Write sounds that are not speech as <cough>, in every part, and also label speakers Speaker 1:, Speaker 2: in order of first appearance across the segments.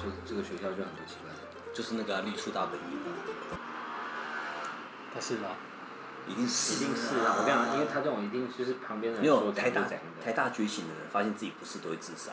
Speaker 1: 票就很不奇怪的，
Speaker 2: 就是那个啊、绿兔大本营啊，
Speaker 3: 他是吗？
Speaker 2: 一定是
Speaker 1: 一定是啊！我跟你讲，因为他这种一定就是旁边的
Speaker 2: 没
Speaker 1: 人说
Speaker 2: 有
Speaker 1: 怎
Speaker 2: 台
Speaker 1: 么就
Speaker 2: 大
Speaker 1: 怎样
Speaker 2: 台
Speaker 1: 的，
Speaker 2: 大觉醒的人，发现自己不是都会自
Speaker 1: <laughs>
Speaker 2: 杀，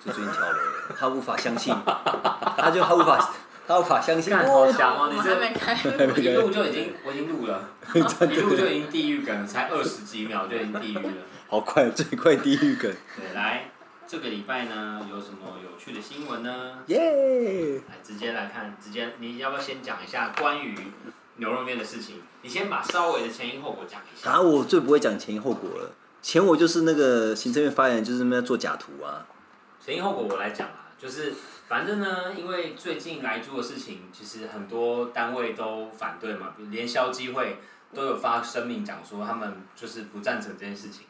Speaker 2: 就最近跳楼了，他无法相信，他就他无法他无法相信，
Speaker 1: 干
Speaker 2: 哇
Speaker 1: 好香
Speaker 4: 我
Speaker 1: 哦！
Speaker 4: 们
Speaker 1: 你
Speaker 4: 还
Speaker 1: 这
Speaker 2: <laughs>
Speaker 4: 没开，
Speaker 2: 那
Speaker 4: <laughs>
Speaker 3: 一
Speaker 2: 个
Speaker 3: 录就已经，我已经录
Speaker 1: <laughs>
Speaker 3: 了，一录就已经地狱梗了，才二十几秒就已经地狱了。
Speaker 2: 好快，最快地狱梗，
Speaker 3: 对，来，这个礼拜呢有什么有趣的新闻呢？
Speaker 2: 耶！
Speaker 3: 来，直接来看，直接你要不要先讲一下关于牛肉面的事情？你先把稍微的前因后果讲一
Speaker 2: 啊，
Speaker 3: 下。
Speaker 2: 我最不会讲前因后果了，前我就是那个行政院发言人，就是那边做假图啊，
Speaker 3: 前因后果我来讲啊，就是反正呢，因为最近来猪的事情，其实很多单位都反对嘛，比如连消基会都有发声明讲说他们就是不赞成这件事情。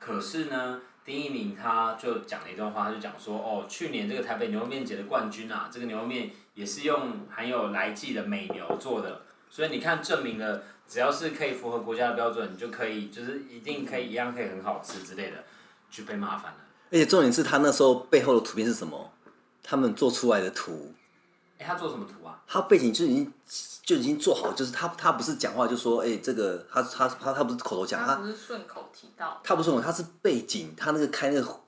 Speaker 3: 可是呢，丁一鸣他就讲了一段话，他就讲说，哦，去年这个台北牛肉面节的冠军啊，这个牛肉面也是用含有来剂的美牛做的，所以你看证明了，只要是可以符合国家的标准，你就可以，就是一定可以一样可以很好吃之类的，就被骂翻了。
Speaker 2: 而且重点是他那时候背后的图片是什么？他们做出来的图，
Speaker 3: 哎，他做什么图啊？
Speaker 2: 他背景就已经就已经做好，就是他他不是讲话就说，哎、这个他他他他不是口头讲，
Speaker 4: 他
Speaker 2: 他
Speaker 4: 不是顺口提到，
Speaker 2: 他不是我，他是背景，他那个开那个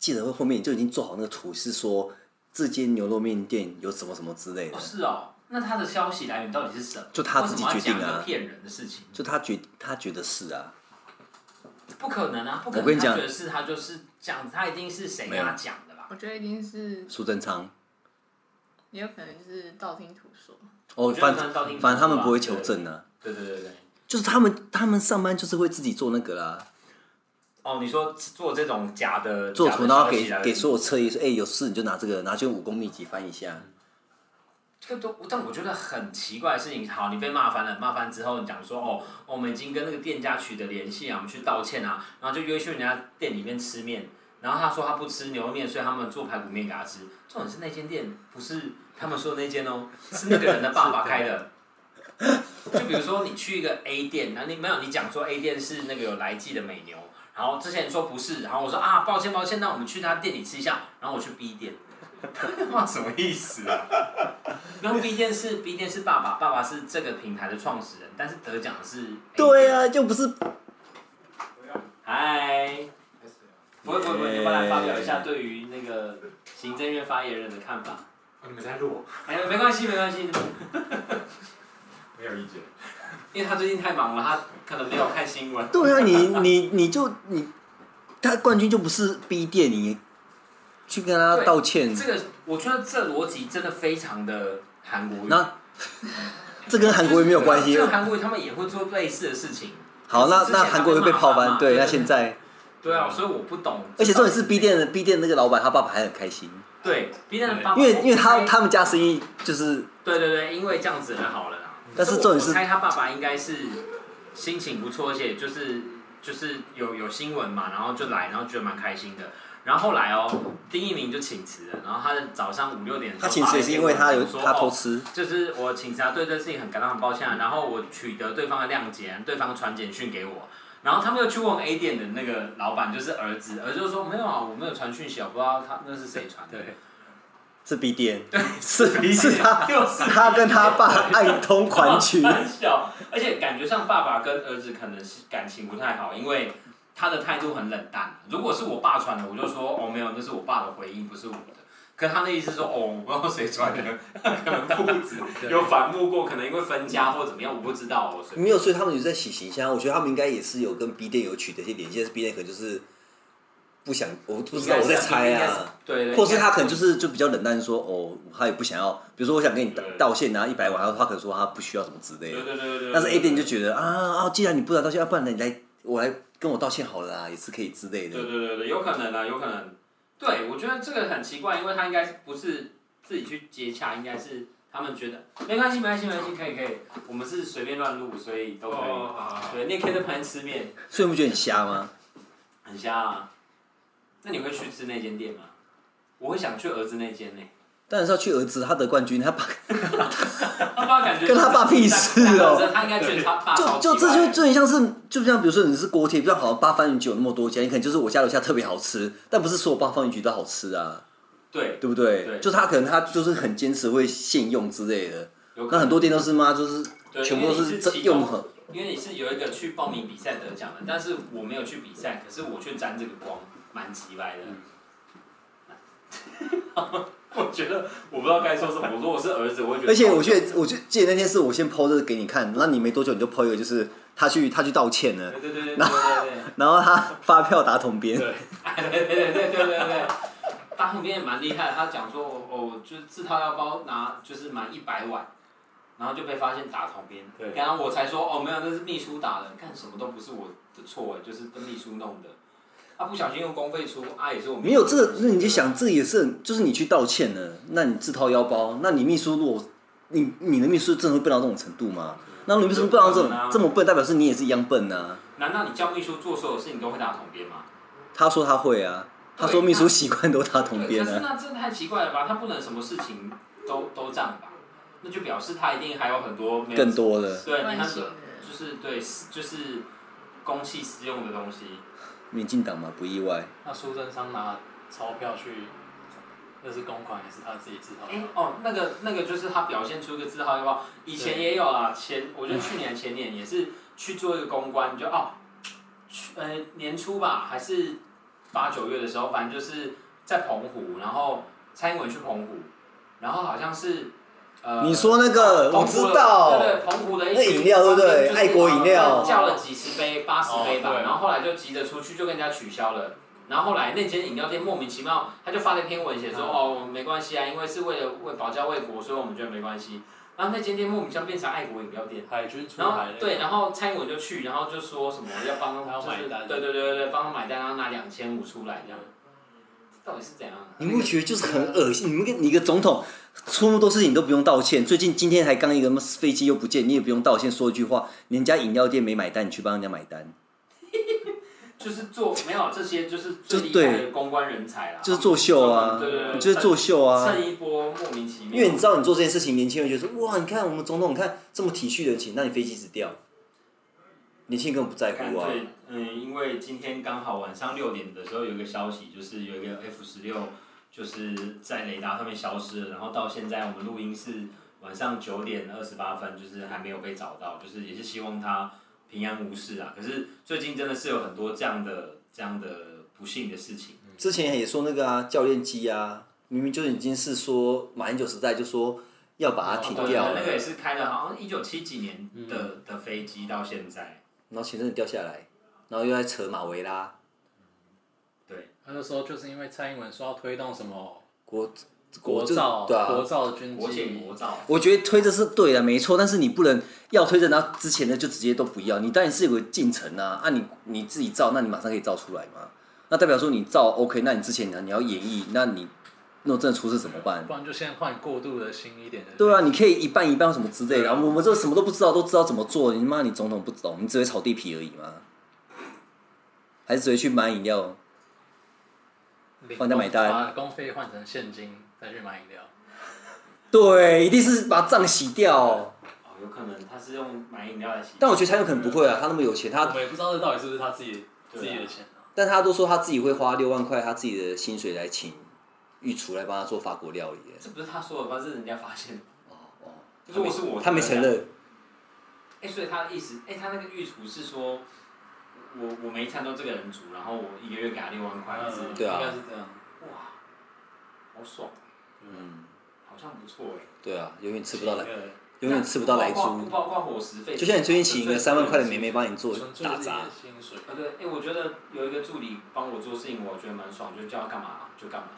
Speaker 2: 记者会后面就已经做好那个图，是说这间牛肉面店有什么什么之类的
Speaker 3: 哦，，是哦，那他的消息来源到底是什么？
Speaker 2: 就他自己决定啊
Speaker 3: 为什么要讲一个骗人的事情，
Speaker 2: 就他觉他觉得是啊，
Speaker 3: 不可能啊，不可能。
Speaker 2: 我跟你讲
Speaker 3: 他觉得是他就是讲，他一定是谁跟他讲的吧？
Speaker 4: 我觉得一定是
Speaker 2: 苏贞昌
Speaker 4: 也有可能是道听途说。
Speaker 2: 哦，
Speaker 3: 我觉得
Speaker 2: 反
Speaker 3: 他到底
Speaker 2: 反正他们不会求证啊，
Speaker 3: 对对对对。
Speaker 2: 就是他们他们上班就是会自己做那个啦，
Speaker 3: 哦，你说做这种假的
Speaker 2: 做图
Speaker 3: 假
Speaker 2: 然
Speaker 3: 的
Speaker 2: 后
Speaker 3: 啊消息
Speaker 2: 给
Speaker 3: 来源
Speaker 2: 给所有侧翼说，哎、有事你就拿这个拿去武功秘籍翻一
Speaker 3: 哎
Speaker 2: 下，
Speaker 3: 这个都，但我觉得很奇怪的事情。好，你被骂翻了，骂翻之后你讲说哦，我们已经跟那个店家取得联系啊，我们去道歉啊，然后就约去人家店里面吃面，然后他说他不吃牛肉面，所以他们做排骨面给他吃。重点是那间店不是他们说的那间哦，是那个人的爸爸开的。就比如说你去一个 A 店，然后你没有你讲说 A 店是那个有来记的美牛，然后之前说不是，然后我说啊抱歉抱歉，那我们去他店里吃一下，然后我去 B 店， <laughs> 哇什么意思啊？然后 B 店是 B 店是爸爸，爸爸是这个品牌的创始人，但是得奖的是 A 店
Speaker 2: 对，啊，就不是
Speaker 3: 嗨，不会不会不会，你们来发表一
Speaker 2: 呃
Speaker 3: 下对于那个行政院发言人的看法。
Speaker 5: 哦你们在录，
Speaker 3: 哎，没关系没关系，
Speaker 5: 没有意见。
Speaker 3: 因为他最近太忙了，他可能没有看新闻。
Speaker 2: 对啊，你你你就你，他冠军就不是逼店你去跟他道歉，
Speaker 3: 这个我觉得这逻辑真的非常的韩国语。
Speaker 2: 那这跟韩国瑜没有关系
Speaker 3: 这。个韩国语他们也会做类似的事情。
Speaker 2: 好，那
Speaker 3: 之前
Speaker 2: 那韩国瑜会被泡
Speaker 3: 他被骂
Speaker 2: 翻，
Speaker 3: 嘛
Speaker 2: 对，
Speaker 3: 对
Speaker 2: 那
Speaker 3: 对
Speaker 2: 现在，
Speaker 3: 对啊，所以我不懂。
Speaker 2: 而且重点是逼店的逼店那个老板他爸爸还很开心，
Speaker 3: 对 B 站的爸爸，
Speaker 2: 因为因为他
Speaker 3: 我猜
Speaker 2: 他们家生意就是，
Speaker 3: 对对对，因为这样子很好了啦。
Speaker 2: 但是重点是
Speaker 3: 我猜他爸爸应该是心情不错，而且就是就是有有新闻嘛，然后就来，然后觉得蛮开心的。然后后来哦，丁一鸣就请辞了，然后他的早上五六点的时
Speaker 2: 他
Speaker 3: 候
Speaker 2: 请
Speaker 3: 发了
Speaker 2: 谁
Speaker 3: 一
Speaker 2: 是
Speaker 3: 篇
Speaker 2: 因
Speaker 3: 文
Speaker 2: 为
Speaker 3: 章说，
Speaker 2: 他有他偷
Speaker 3: 哦
Speaker 2: 吃，
Speaker 3: 就是我请他对这事情很感到很抱歉啊，然后我取得对方的谅解，对方传简讯给我，然后他们又去问 A 店的那个老板，就是儿子，儿子就说没有啊，我没有传讯息，我不知道他那是谁传的。
Speaker 5: 对，
Speaker 2: 是逼店，
Speaker 3: 对，
Speaker 2: <laughs> 是是他
Speaker 3: <laughs> 又是
Speaker 2: 他跟他爸暗通款曲，
Speaker 3: 很小， <laughs> 而且感觉上爸爸跟儿子可能是感情不太好，因为他的态度很冷淡。如果是我爸传的，我就说哦没有，那是我爸的回应，不是我的。可他那意思是说哦，我不知道谁传的， <laughs> 可能父子有反目过，可能因为分家或怎么样，我不知道。我随便
Speaker 2: 没有，所以他们有在洗形象，我觉得他们应该也是有跟 B 店有取得一些联系，但是 B 店可能就是不想，我不知道，我在猜
Speaker 3: 应该是
Speaker 2: 啊。，
Speaker 3: 对对，
Speaker 2: 或是他可能就是就比较冷淡说，哦，他也不想要，比如说我想跟你道
Speaker 3: 对
Speaker 2: 道歉啊，一百万，然后他可能说他不需要什么之类
Speaker 3: 对对
Speaker 2: 的。
Speaker 3: 对对对。
Speaker 2: 但是 A 店就
Speaker 3: 得。
Speaker 2: 觉得啊啊，既然你不想道歉，啊、不然你来我来跟我道歉好了啊，也是可以之类
Speaker 3: 对
Speaker 2: 的。
Speaker 3: 对对对，有可能啊，有可能。对，我觉得这个很奇怪，因为他应该是不是自己去接洽，应该是他们觉得没关系，没关系，没关系，可以可以，我们是随便乱录，所以都可以。
Speaker 5: 哦，好好好。
Speaker 3: 对，你也可以在旁边吃面，
Speaker 2: 所以你不觉得很瞎吗？
Speaker 3: 很瞎啊。那你会去吃那间店吗？我会想去儿子那间呢、
Speaker 2: 当然是要去儿子他得冠军，他爸
Speaker 3: 他爸感觉
Speaker 2: 跟他爸屁事哦
Speaker 3: 他应该觉得他爸
Speaker 2: 就
Speaker 3: 超
Speaker 2: 就
Speaker 3: 级
Speaker 2: 这就
Speaker 3: 坏
Speaker 2: 就很像是，就像比如说你是锅贴，比较好像八方云集有那么多家，你可能就是我家楼下特别好吃，但不是所有八方云集都好吃啊。
Speaker 3: 对，
Speaker 2: 对不对？
Speaker 3: 对
Speaker 2: 就他可能他就是很坚持会现用之类的，
Speaker 3: 有可
Speaker 2: 那
Speaker 3: 能
Speaker 2: 很多店都是妈就是
Speaker 3: 对
Speaker 2: 全部都
Speaker 3: 因为你
Speaker 2: 是
Speaker 3: 是
Speaker 2: 这
Speaker 3: 提供
Speaker 2: 用很
Speaker 3: 因为你是有一个去报名比赛得奖的，但是我没有去比赛，可是我却沾这个光，蛮急白的。 <laughs> 我觉得我不知道该说什么。我说我是儿子，我会觉得。
Speaker 2: 而且我记得，我就记得那天是我先剖这个给你看，那你没多久你就剖一个，就是他去他去道歉了，
Speaker 3: 对对对对对对
Speaker 2: 然后他 <laughs> 发票打桶边，
Speaker 3: 对对对对对对对。大红边也蛮厉害的，他讲说哦，就是自掏腰包拿就是满一百万，然后就被发现打桶边。
Speaker 5: 对
Speaker 3: 然后我才说哦，没有，那是秘书打的，干什么都不是我的错哎，就是秘书弄的。他不小心用公费出，啊也是我。
Speaker 2: 没有这个，那你就想，这也是很就是你去道歉了，那你自掏腰包，那你秘书如果你你的秘书真的会笨到这种程度吗？那你秘书笨到这
Speaker 3: 有可能啊
Speaker 2: 种这么笨，代表是你也是一样笨啊。
Speaker 3: 难道你叫秘书做所有事情都会打桶边吗？
Speaker 2: 他说他会啊，他说秘书习惯都打桶
Speaker 3: 对，
Speaker 2: 边
Speaker 3: 可是
Speaker 2: 啊，
Speaker 3: 那这太奇怪了吧？他不能什么事情都都这样吧？那就表示他一定还有很多没有
Speaker 2: 更多的
Speaker 3: 对，你看
Speaker 4: 关心
Speaker 3: 就
Speaker 4: 的人
Speaker 3: 是对私就是公器私用的东西。
Speaker 2: 民进党嘛不意外，
Speaker 6: 那苏贞昌拿钞票去，那是公款还是他自己自掏
Speaker 3: 哎、
Speaker 6: 腰包？
Speaker 3: 哦，那个那个就是他表现出一个自豪，包。以前也有啦，前我觉得去年前年也是去做一个公关，你就哦，去呃年初吧，还是八九月的时候，反正就是在澎湖，然后蔡英文去澎湖，然后好像是呃，
Speaker 2: 你说那个
Speaker 3: 澎
Speaker 2: 我
Speaker 3: 湖
Speaker 2: 知
Speaker 3: 的对
Speaker 2: 道
Speaker 3: 对，澎湖的一
Speaker 2: 那
Speaker 3: 群
Speaker 2: 饮料对不对
Speaker 3: 就是
Speaker 2: 爱国饮料
Speaker 3: 叫了几十杯，八十杯吧
Speaker 6: 哦，对
Speaker 3: 然后后来就急着出去，就跟人家取消了。然后后来那间饮料店莫名其妙，他就发了一篇文写说，
Speaker 6: 嗯
Speaker 3: 哦，没关系啊，因为是为了为保家卫国，所以我们觉得没关系。然后那间店莫名其妙变成爱国饮料店，
Speaker 6: 海军出
Speaker 3: 然后
Speaker 6: 海那个
Speaker 3: 对，然后蔡英文就去，然后就说什么要帮
Speaker 6: 还要
Speaker 3: 就是
Speaker 6: 买单
Speaker 3: 对对对对对，帮他买单，然后拿两千五出来这
Speaker 6: 嗯
Speaker 3: 样。这到底是怎样啊？
Speaker 2: 你不觉得就是很恶心？你们跟你一个总统出那么多事情都不用道歉，最近今天还刚一个飞机又不见，你也不用道歉说一句话，人家饮料店没买单，你去帮人家买单，
Speaker 3: 就是做没有这些，就是
Speaker 2: 就
Speaker 3: 最厉害的公关人才啦，
Speaker 2: 就是作秀啊
Speaker 3: 对对对，，
Speaker 2: 就是作秀啊。
Speaker 3: 蹭一波莫名其妙。
Speaker 2: 因为你知道你做这件事情，年轻人觉得说哇，你看我们总统你看这么体恤人情，那你飞机只掉，年轻人根本不在乎啊。
Speaker 3: 对，嗯，因为今天刚好晚上六点的时候有一个消息，就是有一个 F 十六就是在雷达上面消失了，然后到现在我们录音是晚上九点二十八分，就是还没有被找到，就是也是希望它平安无事啊。可是最近真的是有很多这样的这样的不幸的事情，
Speaker 2: 之前也说那个啊，教练机啊，明明就已经是说马英九时代就说要把它停
Speaker 3: 哦对
Speaker 2: 掉了，嗯
Speaker 3: 那个也是开了好像一九七几年的、的飞机到现在，
Speaker 2: 然后前阵子掉下来，然后又在扯马维拉。
Speaker 3: 对，
Speaker 6: 他那时候就是因为蔡英文说要推动什么
Speaker 2: 国
Speaker 6: 国
Speaker 2: 就
Speaker 6: 造、
Speaker 2: 对
Speaker 6: 国
Speaker 2: 啊。
Speaker 6: 造军
Speaker 3: 国建
Speaker 6: 机，
Speaker 3: 国造。
Speaker 2: 我觉得推着是对的，没错，但是你不能要推着，然后之前的就直接都不要。你当然是有个进程啊，啊你你自己造，那你马上可以造出来嘛。那代表说你造 OK，那你之前你你要演绎，那你那我真的出事怎么办
Speaker 6: 不？然就先换过渡的新一点的。
Speaker 2: 对啊，你可以一半一半什么之类的。啊我们这什么都不知道，都知道怎么做。你妈你总统不懂，你只会炒地皮而已吗？还是只会去买饮料？
Speaker 6: 领
Speaker 2: 帮人家买单
Speaker 6: 把公费换成现金再去买饮料。
Speaker 2: 对，一定是把账洗掉。
Speaker 3: 哦，有可能他是用买饮料来洗。
Speaker 2: 但我觉得他有可能不会啊，他那么有钱，他
Speaker 6: 我们也不知道这到底是不是他自己、
Speaker 3: 对啊
Speaker 6: 自己的钱啊。
Speaker 2: 但他都说他自己会花六万块他自己的薪水来请御厨来帮他做法国料理耶。
Speaker 3: 这不是他说的吧？这是人家发现的。
Speaker 2: 哦，
Speaker 3: 如果是我，
Speaker 2: 他没承。认，
Speaker 3: 哎、所以他的意思，哎、他那个御厨是说，我我每一餐都这个人煮，然后我一个月给他六万块，还是、
Speaker 6: 嗯
Speaker 2: 对啊
Speaker 6: 应该是这样。
Speaker 3: 哇，好爽，啊
Speaker 2: 嗯，
Speaker 3: 好像不错哎、
Speaker 2: 对啊，永远吃不到来，
Speaker 6: 对，
Speaker 2: 永远吃不到来
Speaker 3: 不包括
Speaker 2: 猪
Speaker 3: 不。包括伙食费。
Speaker 2: 就像你最近请一个三万块的妹妹
Speaker 3: 吧。
Speaker 2: 帮你做
Speaker 6: 纯粹
Speaker 2: 打
Speaker 6: 自己
Speaker 2: 杂
Speaker 6: 的，薪水。
Speaker 3: 啊对，哎、我觉得有一个助理帮我做事情，我觉得蛮爽，就叫他干嘛就干嘛，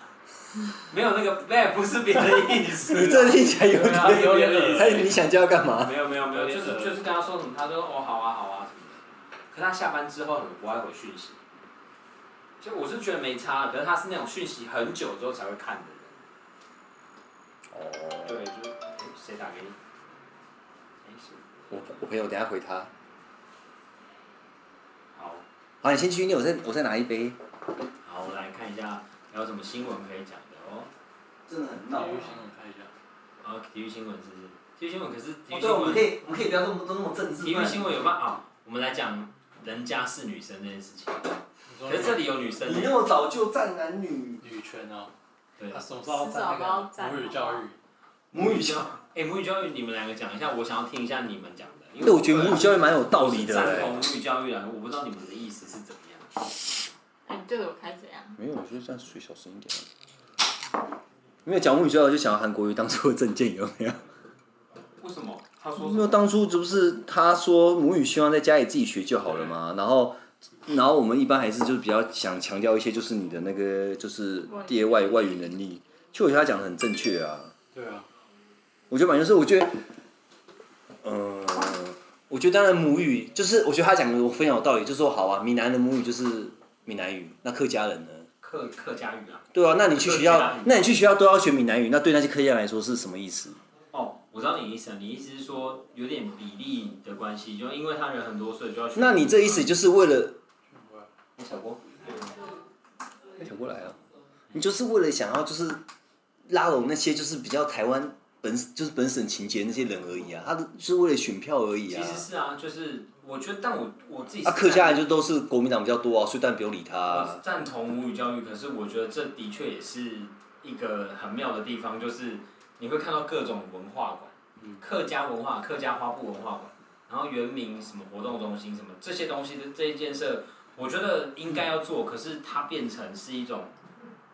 Speaker 3: <laughs> 没有那个，那也不是别的意思啊。
Speaker 2: 你这听起来有
Speaker 3: 对啊
Speaker 2: 点，
Speaker 3: 有点恶
Speaker 2: 还是你想叫他干
Speaker 3: <laughs>
Speaker 2: 嘛？
Speaker 3: 没有没有没有，
Speaker 6: 有
Speaker 3: 就
Speaker 6: 点
Speaker 3: 是
Speaker 6: 恶
Speaker 3: 就是跟他说什么，他说哦好啊好啊什么的。可他下班之后很不爱回讯息，就我是觉得没差，可是他是那种讯息很久之后才会看的人。
Speaker 2: 哦，
Speaker 3: 对，就是哎谁打给你？哎谁？
Speaker 2: 我我朋友等一下回他。
Speaker 3: 好，
Speaker 2: 好，你先去念，我再我再拿一杯。
Speaker 3: 好，我来看一下有什么新闻可以讲的哦。
Speaker 2: 真的很
Speaker 6: 体育新闻看一下。
Speaker 3: 然后体育新闻是不是？体育新闻可是体育
Speaker 2: 哦对，
Speaker 3: 新
Speaker 2: 我们
Speaker 3: 闻，
Speaker 2: 可以我们可以不要那么都那么政治。
Speaker 3: 体育新闻有办啊？我们来讲人家是女生这件事情，
Speaker 6: 你
Speaker 3: 可是这
Speaker 6: 说
Speaker 3: 里有女生
Speaker 2: 你
Speaker 3: 耶，
Speaker 2: 那么早就站男女，
Speaker 6: 女权啊，
Speaker 5: 对
Speaker 6: 那什么时候要站
Speaker 4: 至少
Speaker 6: 那
Speaker 4: 要
Speaker 6: 个
Speaker 4: 站
Speaker 6: 母语教育？
Speaker 3: 母语教，哎，母语教育，你们两个讲一下，我想要听一下你们讲的。因
Speaker 2: 对，我觉得母语教
Speaker 3: 育
Speaker 2: 育蛮有道理的、
Speaker 3: 赞
Speaker 2: 欸
Speaker 3: 同。母语教育啊，我不知道你们的意思是怎么样。
Speaker 4: 哎，你对着我开怎样？
Speaker 2: 没有，我觉得这样睡小声一点、啊没有讲母语教育，我就想到韩国瑜当初的证件有没有？ <laughs>
Speaker 3: 为什么？他说什
Speaker 2: 因为
Speaker 3: 么？
Speaker 2: 当初这不是他说母语希望在家里自己学就好了嘛，然后。然后我们一般还是就是比较想强调一些，就是你的那个就是第二外外语能力。就我觉得他讲的很正确啊，
Speaker 6: 对啊，
Speaker 2: 我觉得蛮就是我觉得，嗯、我觉得当然母语就是我觉得他讲的我非常有道理，就说好啊，闽南的母语就是闽南语，那客家人呢？
Speaker 3: 客客家语啊。
Speaker 2: 对啊，那你去学
Speaker 3: 客家
Speaker 2: 校
Speaker 3: 语，
Speaker 2: 那你去学校都要学闽南语，那对那些客家人来说是什么意思？
Speaker 3: 哦，我知道你意思了，你意思是说有点比例的关系，就因为他人很多，所以就要选。
Speaker 2: 那你这意思就是为了
Speaker 3: 哎小郭，
Speaker 2: 调过来啊，你就是为了想要就是拉拢那些就是比较台湾本就是本省情节那些人而已啊，他就是为了选票而已
Speaker 3: 其
Speaker 2: 啊。
Speaker 3: 实是啊，就是我觉得，但我我自己
Speaker 2: 啊，
Speaker 3: 是
Speaker 2: 客家
Speaker 3: 赞
Speaker 2: 人就都是国民党比较多啊，所以当然不用理他、啊
Speaker 3: 我。赞同母语教育，可是我觉得这的确也是一个很妙的地方，就是你会看到各种文化馆，客家文化、客家花布文化馆，然后原民什么活动中心什么这些东西的这一件事，我觉得应该要做，可是它变成是一种，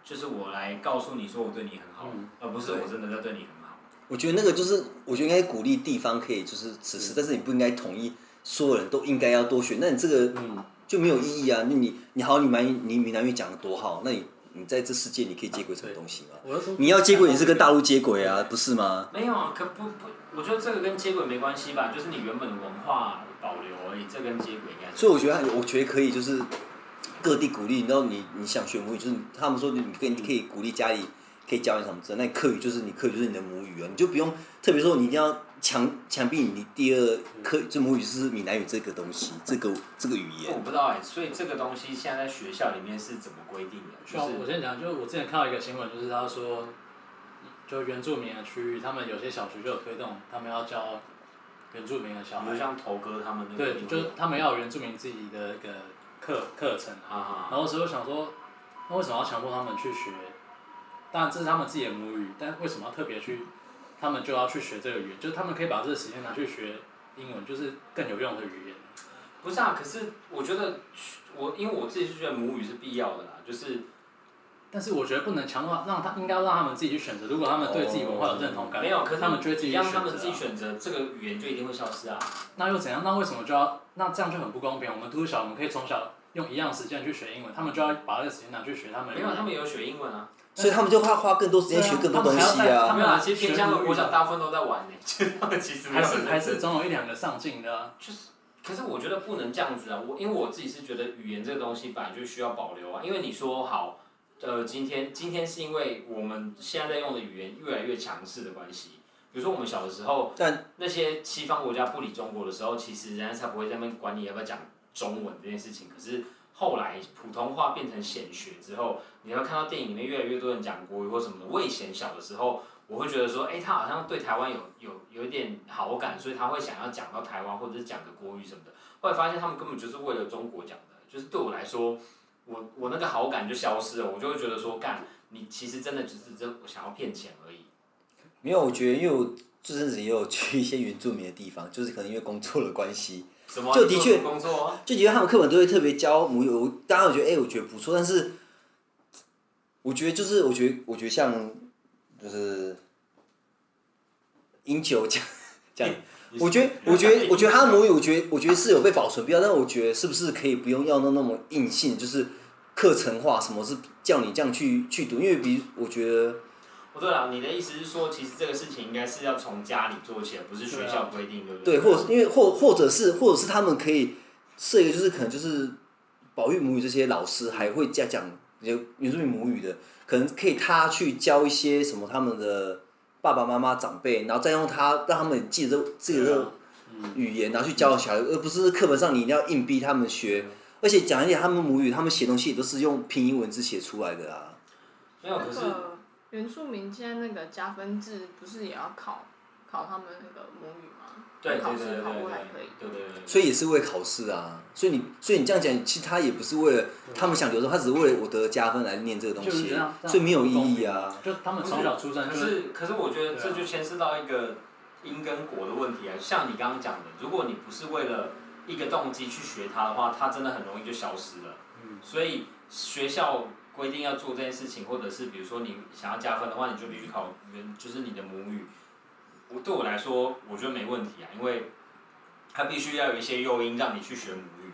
Speaker 3: 就是我来告诉你说我对你很好，而不是我真的在对你很好。
Speaker 2: 我觉得那个就是，我觉得应该鼓励地方可以就是此事，但是你不应该统一所有人都应该要多选，那你这个就没有意义啊！那你你好，你蛮你闽南语讲的多好，那你你在这世界你可以接轨什么东西吗？
Speaker 6: 我那时候
Speaker 2: 你要接轨也是跟大陆接轨啊，不是吗？
Speaker 3: 没有啊，可不不，我觉得这个跟接轨没关系吧，就是你原本的文化保留而已，这跟接轨应该是。
Speaker 2: 所以我觉得还，我觉得可以就是各地鼓励，然后你你想学母语，就是他们说你可以你可以鼓励家里可以教你什么之类，那客语就是你客语就是你的母语啊，你就不用特别说你一定要强强逼你第二客就母语就是闽南语这个东西，这个这个语言
Speaker 6: 哦
Speaker 3: 我。不知道哎、所以这个东西现在在学校里面是怎么规定的？就
Speaker 6: 像我
Speaker 3: 是
Speaker 6: 先讲，就是我之前看到一个新闻，就是他说，就原住民的区域，他们有些小学就有推动，他们要教原住民的小
Speaker 3: 比如
Speaker 6: 孩，
Speaker 3: 像头哥他们那个，
Speaker 6: 对，就是他们要有原住民自己的一个课课程啊。
Speaker 3: 啊
Speaker 6: 然后所以我想说，那为什么要强迫他们去学？当然这是他们自己的母语，但为什么要特别去？他们就要去学这个语言，就是他们可以把这个时间拿去学英文，就是更有用的语言。
Speaker 3: 不是啊，可是我觉得我因为我自己是觉得母语是必要的啦，就是
Speaker 6: 但是我觉得不能强化，让他应该让他们自己去选择。如果他们对自己文化有认同感，
Speaker 3: 哦没有，可是
Speaker 6: 他们就会自己
Speaker 3: 你
Speaker 6: 去
Speaker 3: 让
Speaker 6: 选择、啊。
Speaker 3: 他们自己选择，这个语言就一定会消失啊。
Speaker 6: 那又怎样？那为什么就要？那这样就很不公平。我们读小，我们可以从小用一样时间去学英文，他们就要把这个时间拿去学他们的
Speaker 3: 没
Speaker 6: 语
Speaker 3: 有，
Speaker 6: 言。
Speaker 3: 他们也有学英文啊，
Speaker 2: 所以他们就花花更多时间学更多东西
Speaker 6: 对
Speaker 2: 啊。
Speaker 6: 啊他们
Speaker 3: 没有啊，
Speaker 6: 其
Speaker 3: 其实
Speaker 6: 实
Speaker 3: 偏
Speaker 6: 偏向
Speaker 3: 向
Speaker 6: 的
Speaker 3: 的
Speaker 6: 国
Speaker 3: 国
Speaker 6: 小
Speaker 3: 小大部分都在玩呢、欸 <laughs> 他们其实
Speaker 6: 还是还是总有一两个上进的啊、
Speaker 3: 可是我觉得不能这样子啊，我因为我自己是觉得语言这个东西本来就需要保留啊，因为你说好，呃，今天今天是因为我们现在在用的语言越来越强势的关系，比如说我们小的时候，
Speaker 2: 但
Speaker 3: 那些西方国家不理中国的时候，其实人家才不会在那边管你要不要讲中文这件事情，可是。后来普通话变成显学之后，你会看到电影里面越来越多人讲国语或什么的。我以前小的时候，我会觉得说，哎、他好像对台湾有有有一点好感，所以他会想要讲到台湾或者是讲个国语什么的。后来发现他们根本就是为了中国讲的，就是对我来说，我我那个好感就消失了，我就会觉得说，干，你其实真的只是真我想要骗钱而已。
Speaker 2: 没有，我觉得因为我这阵子也有去一些原住民的地方，就是可能因为工作的关系，
Speaker 3: 什么？
Speaker 2: 就
Speaker 3: 你做
Speaker 2: 的确
Speaker 3: 什么工作啊、
Speaker 2: 就觉得他们课本都会特别教母语，我当然我觉得哎、我觉得不错，但是我觉得就是我觉得我觉得像就是英九讲讲，我觉得我觉得我觉得他的母语，我觉得我觉得是有被保存必要，但我觉得是不是可以不用要那那么硬性，就是课程化，什么是叫你这样去去读，因为比我觉得。
Speaker 3: 哦，对了，你的意思是说，其实这个事情应该是要从家里做起，而不是学校规定，对不
Speaker 2: 对，或者是因为或或者是或者是他们可以设一个，就是可能就是保育母语这些老师还会加讲原原住民母语的，可能可以他去教一些什么他们的爸爸妈妈长辈，然后再用他让他们记得这自己的这个语言，然后去教小孩，而不是课本上你一定要硬逼他们学。而且讲一点，他们母语，他们写东西也都是用拼音文字写出来的啊。
Speaker 3: 没有，
Speaker 4: 那
Speaker 3: 可是
Speaker 4: 个原住民现在那个加分制不是也要考考他们那个母语吗？
Speaker 3: 对对
Speaker 4: 考
Speaker 3: 对
Speaker 4: 试
Speaker 3: 对对
Speaker 4: 考过来可以
Speaker 3: 对对对对，
Speaker 2: 所以也是为考试啊。所以你，所以你这样讲，其实他也不是为了他们想留着，他只是为了我得加分来念这个东
Speaker 6: 就是
Speaker 2: 西
Speaker 6: 这样，这样
Speaker 2: 所以没有意义啊。
Speaker 6: 就他们从小出生
Speaker 3: 可
Speaker 6: 就是
Speaker 3: 是可是我觉得
Speaker 6: 对啊
Speaker 3: 这就牵涉到一个因跟果的问题啊，像你刚刚讲的，如果你不是为了一个动机去学它的话，它真的很容易就消失了。
Speaker 6: 嗯
Speaker 3: 所以学校规定要做这件事情，或者是比如说你想要加分的话，你就必须考原就是你的母语。我对我来说，我觉得没问题啊，因为它必须要有一些诱因让你去学母语。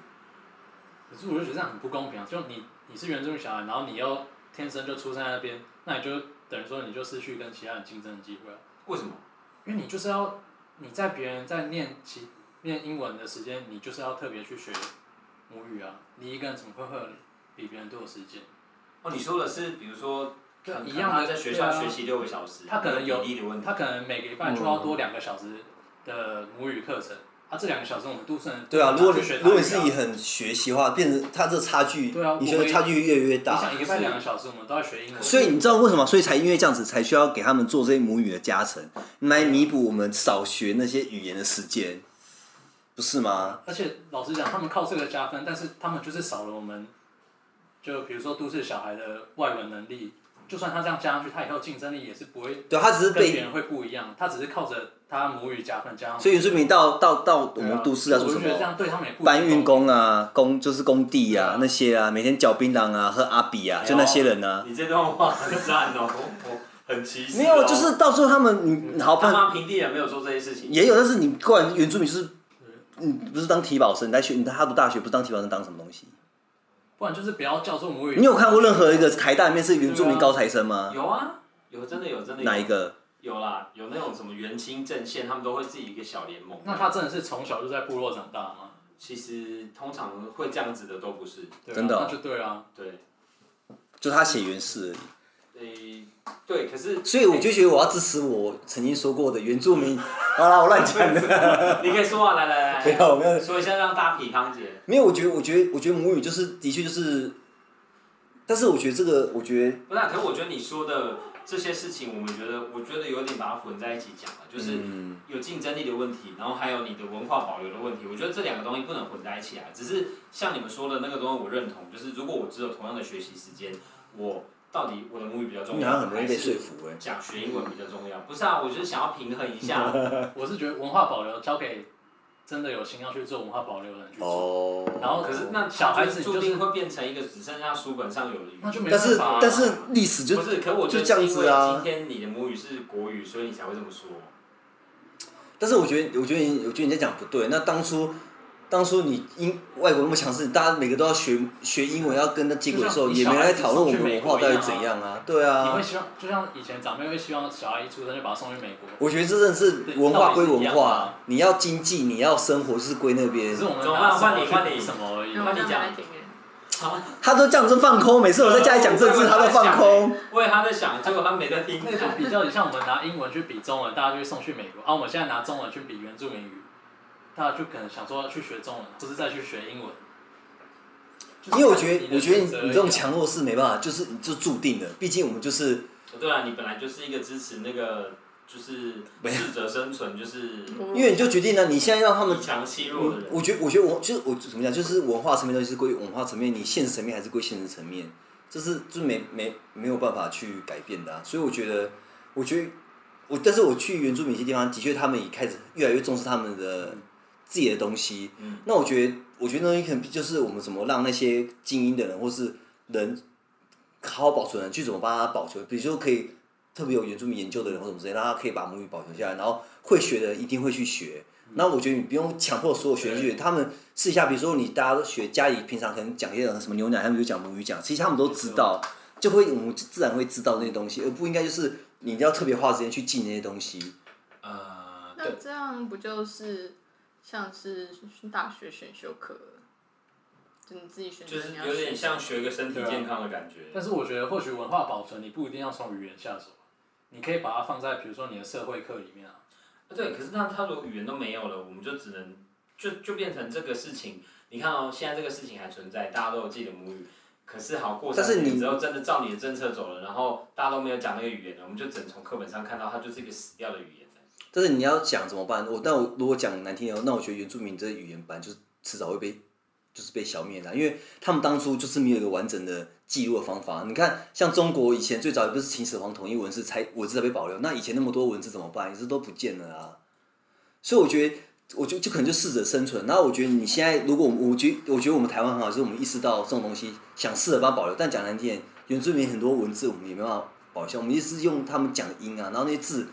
Speaker 6: 可是我就觉得这样很不公平啊！就你你是原住民小孩，然后你又天生就出生在那边，那你就等于说你就失去跟其他人竞争的机会啊，
Speaker 3: 为什么？
Speaker 6: 因为你就是要你在别人在念其念英文的时间，你就是要特别去学母语啊，你一个人怎么会会有比别人多的时间？
Speaker 3: 哦，你说的是比如说，
Speaker 6: 对
Speaker 3: 可能
Speaker 6: 一样的
Speaker 3: 他在学校
Speaker 6: 对啊
Speaker 3: 学习六个小时，
Speaker 6: 他可能有
Speaker 3: 比例的问题。
Speaker 6: 他可能每个礼拜就要多两个小时的母语课程，啊，这两个小时我们都是
Speaker 2: 对啊，如果你
Speaker 6: 去学
Speaker 2: 如果你
Speaker 6: 台
Speaker 2: 是
Speaker 6: 语啊
Speaker 2: 以很学习的话，变成他这差距，
Speaker 6: 对啊
Speaker 2: 你学的
Speaker 6: 我
Speaker 2: 差距越来越
Speaker 6: 你
Speaker 2: 大。
Speaker 6: 想一个半两个小时，我们都要学英文，
Speaker 2: 所以你知道为什么？所以才因为这样子，才需要给他们做这些母语的加成，来
Speaker 6: 啊
Speaker 2: 弥补我们少学那些语言的时间，不是吗？
Speaker 6: 而且老实讲，他们靠这个加分，但是他们就是少了我们，就比如说都市小孩的外文能力，就算他这样加上去，他以后竞争力也是不会
Speaker 2: 对，他只是
Speaker 6: 跟别
Speaker 2: 被，
Speaker 6: 人会不一样，他只是靠着他母语加分加上去。
Speaker 2: 所以原住民到到到我
Speaker 6: 对啊
Speaker 2: 们都市要
Speaker 6: 我
Speaker 2: 做
Speaker 6: 就
Speaker 2: 什
Speaker 6: 觉得这
Speaker 2: 么？
Speaker 6: 样对他们也不
Speaker 2: 搬运
Speaker 6: 公平。
Speaker 2: 工啊，工就是工地
Speaker 6: 对啊
Speaker 2: 啊，那些啊，每天嚼槟榔啊，喝阿比啊，
Speaker 3: 哎呦
Speaker 2: 就那些人啊。
Speaker 3: 你这段话很赞哦，我很歧视、哦。
Speaker 2: 没有，就是到最后他们，你好
Speaker 3: 他
Speaker 2: 办
Speaker 3: 妈平地人没有做这些事情。
Speaker 2: 也有，但是你过来原住民就是，你不是当体保生，你在学，你在哈佛大学不是当体保生，当什么东西？
Speaker 6: 不然就是不要叫做母语。
Speaker 2: 你有看过任何一个台大里面是原住民高材生吗？
Speaker 3: 有啊，有真的有真的有
Speaker 2: 哪一个？
Speaker 3: 有啦，有那种什么元青阵线，他们都会自己一个小联盟。
Speaker 6: 那他真的是从小就在部落长大吗？
Speaker 3: 其实通常会这样子的都不是，
Speaker 6: 对啊
Speaker 2: 真的哦
Speaker 6: 那就对啊。
Speaker 3: 对，
Speaker 2: 就他写原始而已。
Speaker 3: 诶、对，可是
Speaker 2: 所以我就觉得我要支持我曾经说过的原住 <laughs> 民。好啦，我乱讲的。
Speaker 3: 你可以说啊，来来来，
Speaker 2: 没有没有
Speaker 3: 说一下让大家皮康姐，
Speaker 2: 没有，我觉得，我觉得，我觉得母语就是，的确就是，但是我觉得这个，我觉得
Speaker 3: 不是啊、可是我觉得你说的这些事情，我们觉得我觉得有点把它混在一起讲了，就是。
Speaker 2: 嗯，
Speaker 3: 有竞争力的问题，然后还有你的文化保留的问题，我觉得这两个东西不能混在一起啊。只是像你们说的那个东西，我认同，就是如果我只有同样的学习时间，我到底我的母语比较重
Speaker 2: 你好
Speaker 3: 要，
Speaker 2: 像很容易
Speaker 3: 还
Speaker 2: 被说
Speaker 3: 是
Speaker 2: 服哎、
Speaker 3: 讲学英文比较重要？不是啊，我就是想要平衡一
Speaker 2: <laughs>
Speaker 3: 下。
Speaker 6: 我是觉得文化保留交给真的有心要去做文化保留的人去做，
Speaker 2: 哦。
Speaker 6: 然后
Speaker 3: 可是那
Speaker 6: 小孩子
Speaker 3: 注
Speaker 6: 就是
Speaker 3: 定会变成一个只剩下书本上有的语
Speaker 6: 那
Speaker 3: 言。
Speaker 6: 就没
Speaker 2: 但
Speaker 6: 办
Speaker 2: 是
Speaker 6: 法啊。
Speaker 2: 但是历史就
Speaker 3: 不是，可我觉
Speaker 2: 就
Speaker 3: 得
Speaker 2: 这样
Speaker 3: 是因
Speaker 2: 子啊
Speaker 3: 为今天你的母语是国语，所以你才会这么说。
Speaker 2: 但是我觉得，我觉得你，我觉得你在讲不对。那当初，当初你英外国那么强势，大家每个都要学学英文，要跟他接轨的时候，
Speaker 6: 就像
Speaker 2: 也没人来讨论我们的文化到底
Speaker 6: 去
Speaker 2: 怎
Speaker 6: 美国一
Speaker 2: 样啊。对
Speaker 6: 你
Speaker 2: 啊
Speaker 6: 会，希望，就像以前长辈会希望小孩一出生就把他送去美国，
Speaker 2: 我觉得这真的是文化归
Speaker 6: 对
Speaker 2: 文
Speaker 6: 道理是一样的
Speaker 2: 化，你要经济，你要生活就是归那边
Speaker 6: 只是。我们
Speaker 3: 怎么
Speaker 6: 拿
Speaker 3: 办换你
Speaker 6: 什么去
Speaker 3: 换你
Speaker 6: 比什么而已。
Speaker 4: 那我这样来听耶。
Speaker 2: 他都这样子放空，每次我在家里讲政治，他都放空。
Speaker 3: 为他在想，结果他没在听。
Speaker 6: 那种比较，像我们拿英文去比中文，大家就会送去美国；啊，我们现在拿中文去比原住民语，大家就可能想说啊去学中文，不是再去学英文。就是
Speaker 2: 因为我觉得，
Speaker 6: 你的
Speaker 2: 我觉得你
Speaker 6: 选择而已啊
Speaker 2: 你这种强弱是没办法，就是你就注定的。毕竟我们就是
Speaker 3: 对啊，你本来就是一个支持那个，就是适者生存，就是
Speaker 2: 因为你就决定了，你现在让他们
Speaker 3: 以，强欺弱的人。
Speaker 2: 我觉得，我觉得我就是我怎么讲，就是文化层面东西是归文化层面，你现实层面还是归现实层面，这是就是没没没有办法去改变的、啊。所以我觉得，我觉得我，但是我去原住民一些地方，的确他们也开始越来越重视他们的自己的东西。
Speaker 3: 嗯
Speaker 2: 那我觉得，我觉得那东西很就是我们怎么让那些精英的人或是人好好保存的人去怎么帮他保存，比如说可以特别有原住民研究的人或什么之类，让他可以把母语保存下来，然后会学的人一定会去学。那我觉得你不用强迫所有学生去学，他们试一下，比如说你大家都学家里平常可能讲一些什么牛奶，他们就讲母语讲，其实他们都知道，就会我们自然会知道那些东西，而不应该就是你一定要特别花时间去记那些东西。
Speaker 3: 呃，
Speaker 4: 那
Speaker 3: 对，
Speaker 4: 这样不就是像是大学选修课了？就你自己选择
Speaker 3: 就
Speaker 4: 你
Speaker 3: 是
Speaker 4: 要
Speaker 3: 有点
Speaker 4: 学
Speaker 3: 像学一个身体
Speaker 6: 对啊
Speaker 3: 健康的感觉。
Speaker 6: 但是我觉得，或许文化保存，你不一定要从语言下手，你可以把它放在比如说你的社会课里面啊。
Speaker 3: 对，可是那他如果语言都没有了，我们就只能就就变成这个事情。你看哦，现在这个事情还存在，大家都有自己的母语。可是好过
Speaker 2: 但是
Speaker 3: 三年
Speaker 2: 你
Speaker 3: 之后，真的照你的政策走了，然后大家都没有讲那个语言了，我们就只能从课本上看到它就是一个死掉的语言了。
Speaker 2: 但是你要讲怎么办？我那我如果讲难听点，那我觉得原住民这语言班就是迟早会被就是被消灭的，因为他们当初就是没有一个完整的记录的方法。你看，像中国以前最早也不是秦始皇统一文字才文字才被保留，那以前那么多文字怎么办？也是都不见了啊。所以我觉得，我就就可能就适者生存。然后我觉得你现在，如果我们我觉得我觉得我们台湾很好，就是我们意识到这种东西，想试着把它保留。但讲难听点，原住民很多文字我们也没办法保留下，我们一直用他们讲的音啊，然后那些字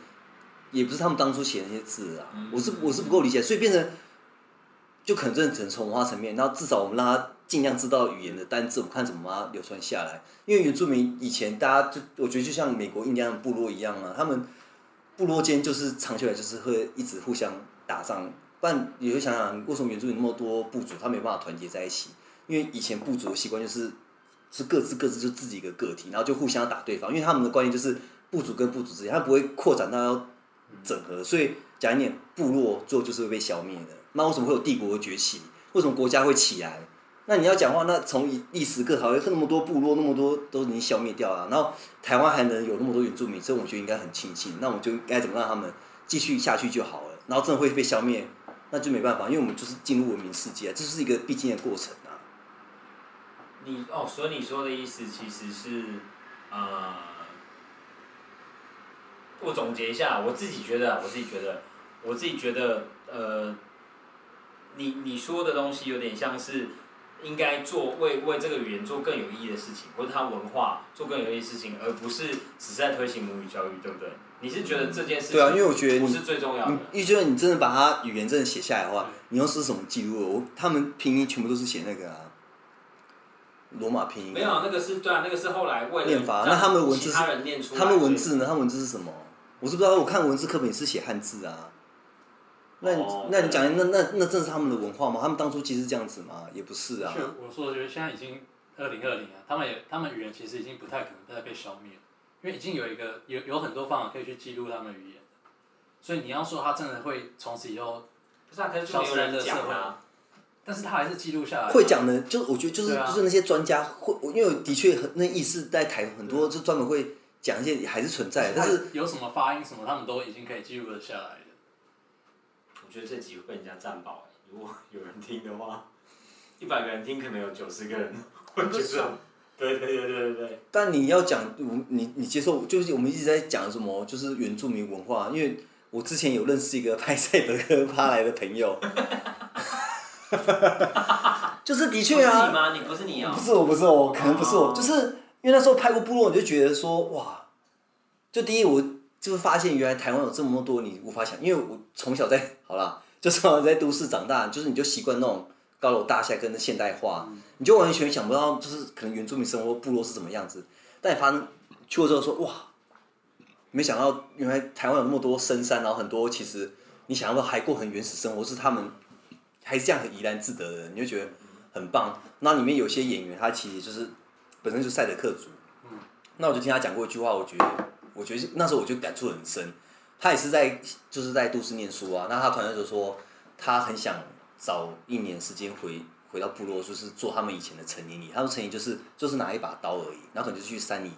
Speaker 2: 也不是他们当初写的那些字啊，我是我是不够理解，所以变成就可能真的只能从文化层面，然后至少我们让他尽量知道语言的单字，我们看怎么把它流传下来。因为原住民以前大家就我觉得就像美国印第安部落一样啊，他们部落间就是长久以来就是会一直互相打仗，不然你就想想为什么原住民那么多部族，他没办法团结在一起，因为以前部族的习惯就是是各自各自就自己一个个体，然后就互相打对方，因为他们的观念就是部族跟部族之间，他不会扩展到要整合，所以讲一点部落最后就是会被消灭的。那为什么会有帝国的崛起？为什么国家会起来？那你要讲话，那从以历史各行业那么多部落，那么多都已经消灭掉了，啊然后台湾还能有那么多原住民，这我觉得应该很庆幸。那我们就应该怎么让他们继续下去就好了。然后真的会被消灭，那就没办法，因为我们就是进入文明世界，这是一个必经的过程啊。
Speaker 3: 你哦，所以你说的意思其实是，呃，我总结一下，我自己觉得啊，我自己觉得，我自己觉得，呃，你你说的东西有点像是应该做为为这个语言做更有意义的事情，或者它文化做更有意义的事情，而不是只是在推行母语教育，对不对？你是觉得这件事情
Speaker 2: 对啊因为我觉得你嗯
Speaker 3: 不是最重要的，
Speaker 2: 你就是你真的把它语言真的写下来的话，你用是什么记录的？我他们拼音全部都是写那个啊，罗马拼音、啊。
Speaker 3: 没有那个是对啊，那个是后来为了
Speaker 2: 念法，
Speaker 3: 让
Speaker 2: 那他们的文字
Speaker 3: 其
Speaker 2: 是
Speaker 3: 他人念出来，
Speaker 2: 他们文
Speaker 3: 所以
Speaker 2: 字呢？他们文字是什么？我是不知道。我看文字课本也是写汉字啊。那你、
Speaker 3: 哦
Speaker 2: 那你讲，那那那正是他们的文化吗？他们当初其实这样子吗？也不是啊
Speaker 6: 就。我说的就是现在已经二零二零了，他们也他们语言其实已经不太可能再被消灭了，因为已经有一个有有很多方法可以去记录他们语言，所以你要说它真的会从此以后，
Speaker 3: 不是啊，可是就没有人讲啊。
Speaker 6: 但是它还是记录下来。
Speaker 2: 会讲的，就我觉得就是、
Speaker 6: 对啊
Speaker 2: 就是那些专家会，我因为的确很那意识在台很多就专门会讲一些还是存在的，但是
Speaker 6: 有什么发音什么，他们都已经可以记录得下来了。
Speaker 3: 我觉得这集会被人家占饱、欸，如果有人听的话，一百个人听，可能有九十个人会觉得，对对对对对对，
Speaker 2: 但你要讲，我你你接受，就是我们一直在讲什么，就是原住民文化。因为我之前有认识一个拍赛德克巴来的朋友，就是的确
Speaker 3: 不是
Speaker 2: 啊
Speaker 3: 你，吗？你不是你啊、
Speaker 2: 不是我，不是我，可能不是我，
Speaker 3: 哦
Speaker 2: 就是因为那时候拍过部落，你就觉得说哇，就第一我就是发现原来台湾有这么多你无法想，因为我从小在好啦，就从小在都市长大，就是你就习惯那种高楼大厦跟现代化，你就完全想不到就是可能原住民生活部落是什么样子。但你发现去过之后说哇，没想到原来台湾有那么多深山，然后很多其实你想要不还过很原始生活，是他们还是这样很怡然自得的，你就觉得很棒。那里面有些演员，他其实就是本身就是赛德克族。那我就听他讲过一句话，我觉得，我觉得那时候我就感触很深。他也是在就是在都市念书啊，那他团队就说他很想找一年时间回回到部落，就是做他们以前的成年礼。他们成年就是就是拿一把刀而已，然后可能就去山里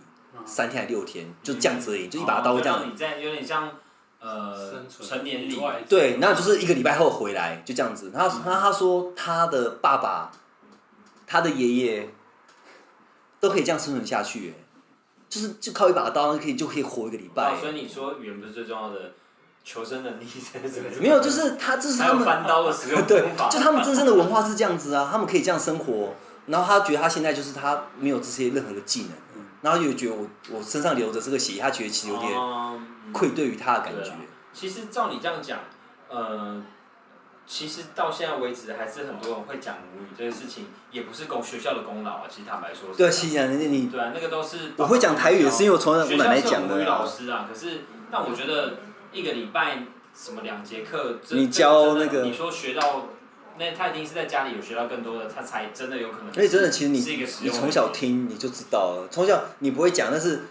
Speaker 2: 三天还六天，就这样子而已，就一把刀这样
Speaker 3: 哦。你在有点像呃
Speaker 6: 生存
Speaker 3: 成年礼，
Speaker 6: 外
Speaker 2: 对，那就是一个礼拜后回来，就这样子。他他他说他的爸爸、他的爷爷都可以这样生存下去耶，就是就靠一把刀可以就可以活一个礼拜
Speaker 3: 哦，。所以你说语言不是最重要的，求生能力才是最重要的
Speaker 2: 没有，就是他这是
Speaker 3: 还
Speaker 2: 他
Speaker 3: 有
Speaker 2: 们
Speaker 3: 翻刀的使用
Speaker 2: <laughs> 对
Speaker 3: 方，法，
Speaker 2: 就他们真正的文化是这样子啊，他们可以这样生活。然后他觉得他现在就是他没有这些任何的技能，
Speaker 3: 嗯
Speaker 2: 然后又觉得我我身上流着这个血，他觉得其实有点
Speaker 3: 哦嗯
Speaker 2: 愧对于他的感觉
Speaker 3: 对啊。其实照你这样讲，呃，其实到现在为止，还是很多人会讲母语这件事情，也不是公学校的功劳啊。其实坦白说是，
Speaker 2: 对啊，其然你
Speaker 3: 对啊，那个都是
Speaker 2: 我会讲台语也是因为我从小我
Speaker 3: 学
Speaker 2: 奶
Speaker 3: 校
Speaker 2: 奶
Speaker 3: 是有
Speaker 2: 讲的啊
Speaker 3: 母语老师啊。可是，但我觉得一个礼拜什么两节课，真
Speaker 2: 你教
Speaker 3: 真的
Speaker 2: 那个
Speaker 3: 你说学到。那他一定是在家里有学到更多的，他才真的有可能。
Speaker 2: 所以哎真的，其实你
Speaker 3: 是一个实
Speaker 2: 你
Speaker 3: 用的
Speaker 2: 从小听你就知道了，从小你不会讲，但是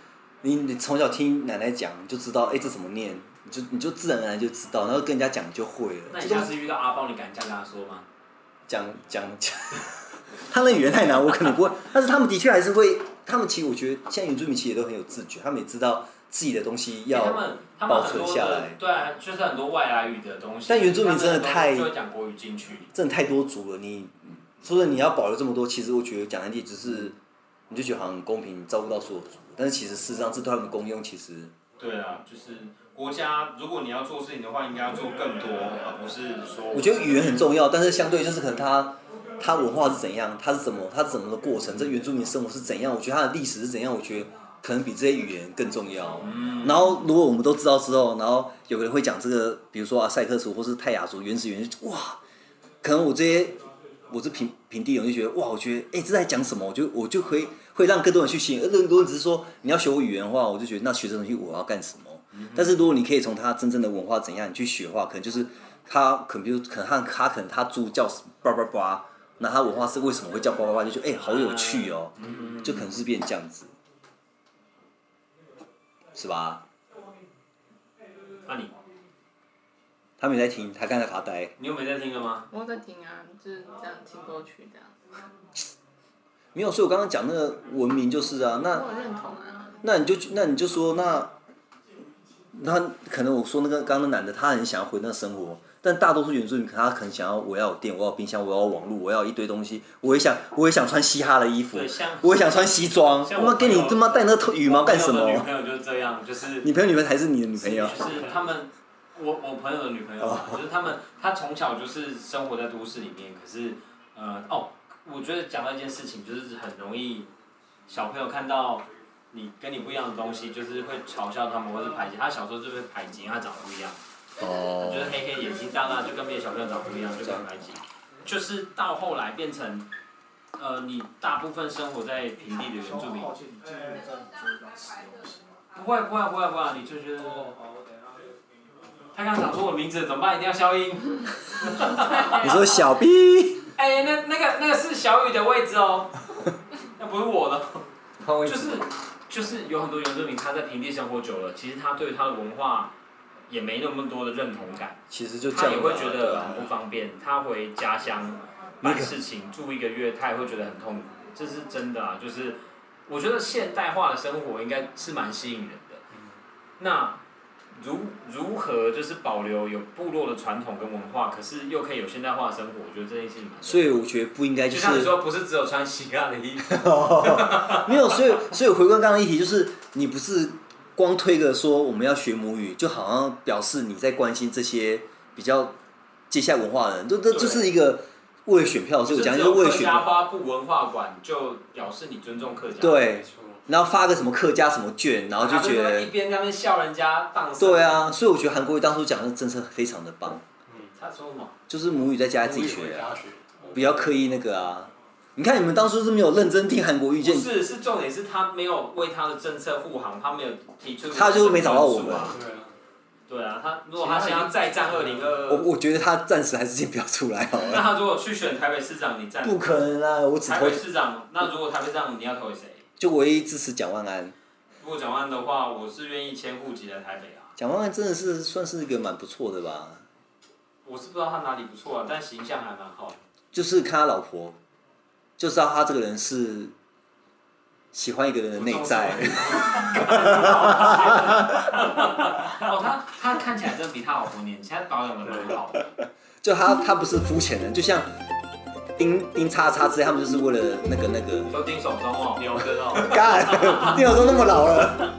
Speaker 2: 你你从小听奶奶讲你就知道，哎、这怎么念，你就你就自然而然就知道，然后跟人家讲你就会了。
Speaker 3: 那
Speaker 2: 这
Speaker 3: 你
Speaker 2: 都
Speaker 3: 下次遇到阿豹，你敢这样跟他说吗？
Speaker 2: 讲讲讲， <laughs> 他那语言太
Speaker 3: <laughs>
Speaker 2: 难，我可能不会。但是他们的确还是会，他们其实我觉得现在原住民其实也都很有自觉，他们也知道自己的东西
Speaker 3: 因为他
Speaker 2: 要
Speaker 3: 们他们
Speaker 2: 保
Speaker 3: 很
Speaker 2: 存
Speaker 3: 多
Speaker 2: 下
Speaker 3: 的
Speaker 2: 来
Speaker 3: 对啊，就是很多外来语的东西。
Speaker 2: 但原住民
Speaker 3: 他们
Speaker 2: 真的
Speaker 3: 很多
Speaker 2: 太
Speaker 3: 就会讲国语进去，
Speaker 2: 真的太多族了，你说真的你要保留这么多，其实我觉得讲难听，只是你就觉得好像很公平照顾到所有族，但是其实事实上这对他们的功用其实
Speaker 3: 对啊，就是国家，如果你要做事情的话，应该要做更多，而不是说
Speaker 2: 我觉得语言很重要，但是相对就是可能他他文化是怎样，他是怎么他是怎么的过程，这原住民生活是怎样，我觉得他的历史是怎样，我觉得可能比这些语言更重要。然后如果我们都知道之后，然后有个人会讲这个，比如说啊赛克族或是泰雅族原始语言，就哇，可能我这些我是平平地人就觉得哇，我觉得哎、这在讲什么，我就我就可以会让更多人去吸引，而更多人只是说你要学我语言的话，我就觉得那学这东西我要干什么？但是如果你可以从他真正的文化怎样你去学的话，可能就是他可能比如可能他他可能他猪叫什么叭叭叭，那他文化是为什么会叫叭叭叭？就觉得哎、好有趣哦，
Speaker 3: 嗯
Speaker 2: 就可能是变这样子，是吧？
Speaker 3: 那、你
Speaker 2: 他没在听，他刚才发呆。
Speaker 3: 你有没在听了吗？
Speaker 4: 我在听啊，就是这样听过去这样，
Speaker 2: 没有，所以我刚刚讲那个文明就是啊，那
Speaker 4: 我很认同啊。
Speaker 2: 那你就那你就说那，那可能我说那个刚刚那男的，他很想要回那生活，但大多数原住民可能他可能想要我要有电，我要有冰箱，我要有网络，我要有一堆东西，我也想我也想穿嘻哈的衣服
Speaker 3: 对，像
Speaker 2: 我也想穿西装，他
Speaker 3: 像我
Speaker 2: 妈给
Speaker 3: 朋
Speaker 2: 你
Speaker 3: 友
Speaker 2: 他妈戴那个头羽毛干什
Speaker 3: 我有个女
Speaker 2: 么？
Speaker 3: 朋友就是这样，就是
Speaker 2: 你朋友女朋友才是你的女朋友，
Speaker 3: 就是他们，我我朋友的女朋友嘛，就是他们，她从小就是生活在都市里面，可是，呃，哦，我觉得讲到一件事情，就是很容易小朋友看到你跟你不一样的东西，就是会嘲笑他们或是排挤。他小时候就被排挤，因为他长得不一样，
Speaker 2: 哦
Speaker 3: 就是黑黑眼睛大大，就跟别的小朋友长得不一样，就被排挤。就是到后来变成，呃，你大部分生活在平地的原住民，不会不会不会不会，你就觉得。他刚讲出我名字怎么办？一定要消音。 <laughs>
Speaker 2: 你说小 B，
Speaker 3: 哎、那那个那个是小雨的位置 <laughs> 哦，那不是我的。就是就是有很多原住民，他在平地生活久了，其实他对他的文化也没那么多的认同感，
Speaker 2: 其实就这
Speaker 3: 他
Speaker 2: 样
Speaker 3: 也
Speaker 2: 嘛
Speaker 3: 会觉
Speaker 2: 对
Speaker 3: 得
Speaker 2: 啊
Speaker 3: 很不方便。他回家乡办事情住一个月，他也会觉得很痛苦，这是真的啊。就是我觉得现代化的生活应该是蛮吸引人的。
Speaker 2: 嗯
Speaker 3: 那如如何就是保留有部落的传统跟文化，可是又可以有现代化的生活，我觉得这件事情蛮重要的。
Speaker 2: 所以我觉得不应该
Speaker 3: 就
Speaker 2: 就是
Speaker 3: 像你说，不是只有穿嘻哈的衣服，
Speaker 2: <laughs> 没有，所以所以回归刚刚的议题，就是你不是光推个说我们要学母语，就好像表示你在关心这些比较接下来文化的人，这这
Speaker 3: 对
Speaker 2: 就是一个为了选票，所以我讲 <laughs> 就是为了
Speaker 3: 客
Speaker 2: 选
Speaker 3: 家
Speaker 2: 票，
Speaker 3: 花布文化馆就表示你尊重客家，
Speaker 2: 对
Speaker 6: 没，错
Speaker 2: 然后发个什么客家什么券，然后就觉
Speaker 3: 然后就
Speaker 2: 得
Speaker 3: 一。边在那边笑人家荡色，
Speaker 2: 对，啊，所以我觉得韩国瑜当初讲的政策非常的棒，
Speaker 3: 他说什么？
Speaker 2: 就是母语在家
Speaker 6: 我
Speaker 2: 自己
Speaker 6: 也回
Speaker 2: 学啊，
Speaker 6: 家学，
Speaker 2: 不要刻意那个啊。你看你们当初是没有认真听韩国瑜
Speaker 3: 不
Speaker 2: 见，
Speaker 3: 是，是重点是他没有为他的政策护航，他没有提出，
Speaker 2: 他就是没找到我们
Speaker 3: 啊
Speaker 6: 对啊，
Speaker 3: 对啊，他如果他想要再战二零
Speaker 2: 我
Speaker 3: 二，
Speaker 2: 我觉得他暂时还是先不要出来好
Speaker 3: 那
Speaker 2: 了。
Speaker 3: 他如果去选台北市长，你站
Speaker 2: 不可能啊，我只
Speaker 3: 台
Speaker 2: 投
Speaker 3: 北市长，那如果台北市长你要投给谁？
Speaker 2: 就唯一支持蒋万安。
Speaker 3: 如果蒋万安的话，我是愿意迁户籍来台北啊，
Speaker 2: 蒋万安真的是算是一个蛮不错的吧，
Speaker 3: 我是不知道他哪里不错啊，但形象还蛮好的。
Speaker 2: 就是看他老婆，就知道他这个人是喜欢一个人的内在。
Speaker 3: <laughs> 哦，他他看起来真的比他老婆年轻，他保养的蛮好的。
Speaker 2: 就他他不是肤浅人，就像丁丁叉叉之类，他们就是为了那个那个 <laughs>
Speaker 3: 都丁守中哦，牛哥哦。
Speaker 2: 干，丁小中那么老了，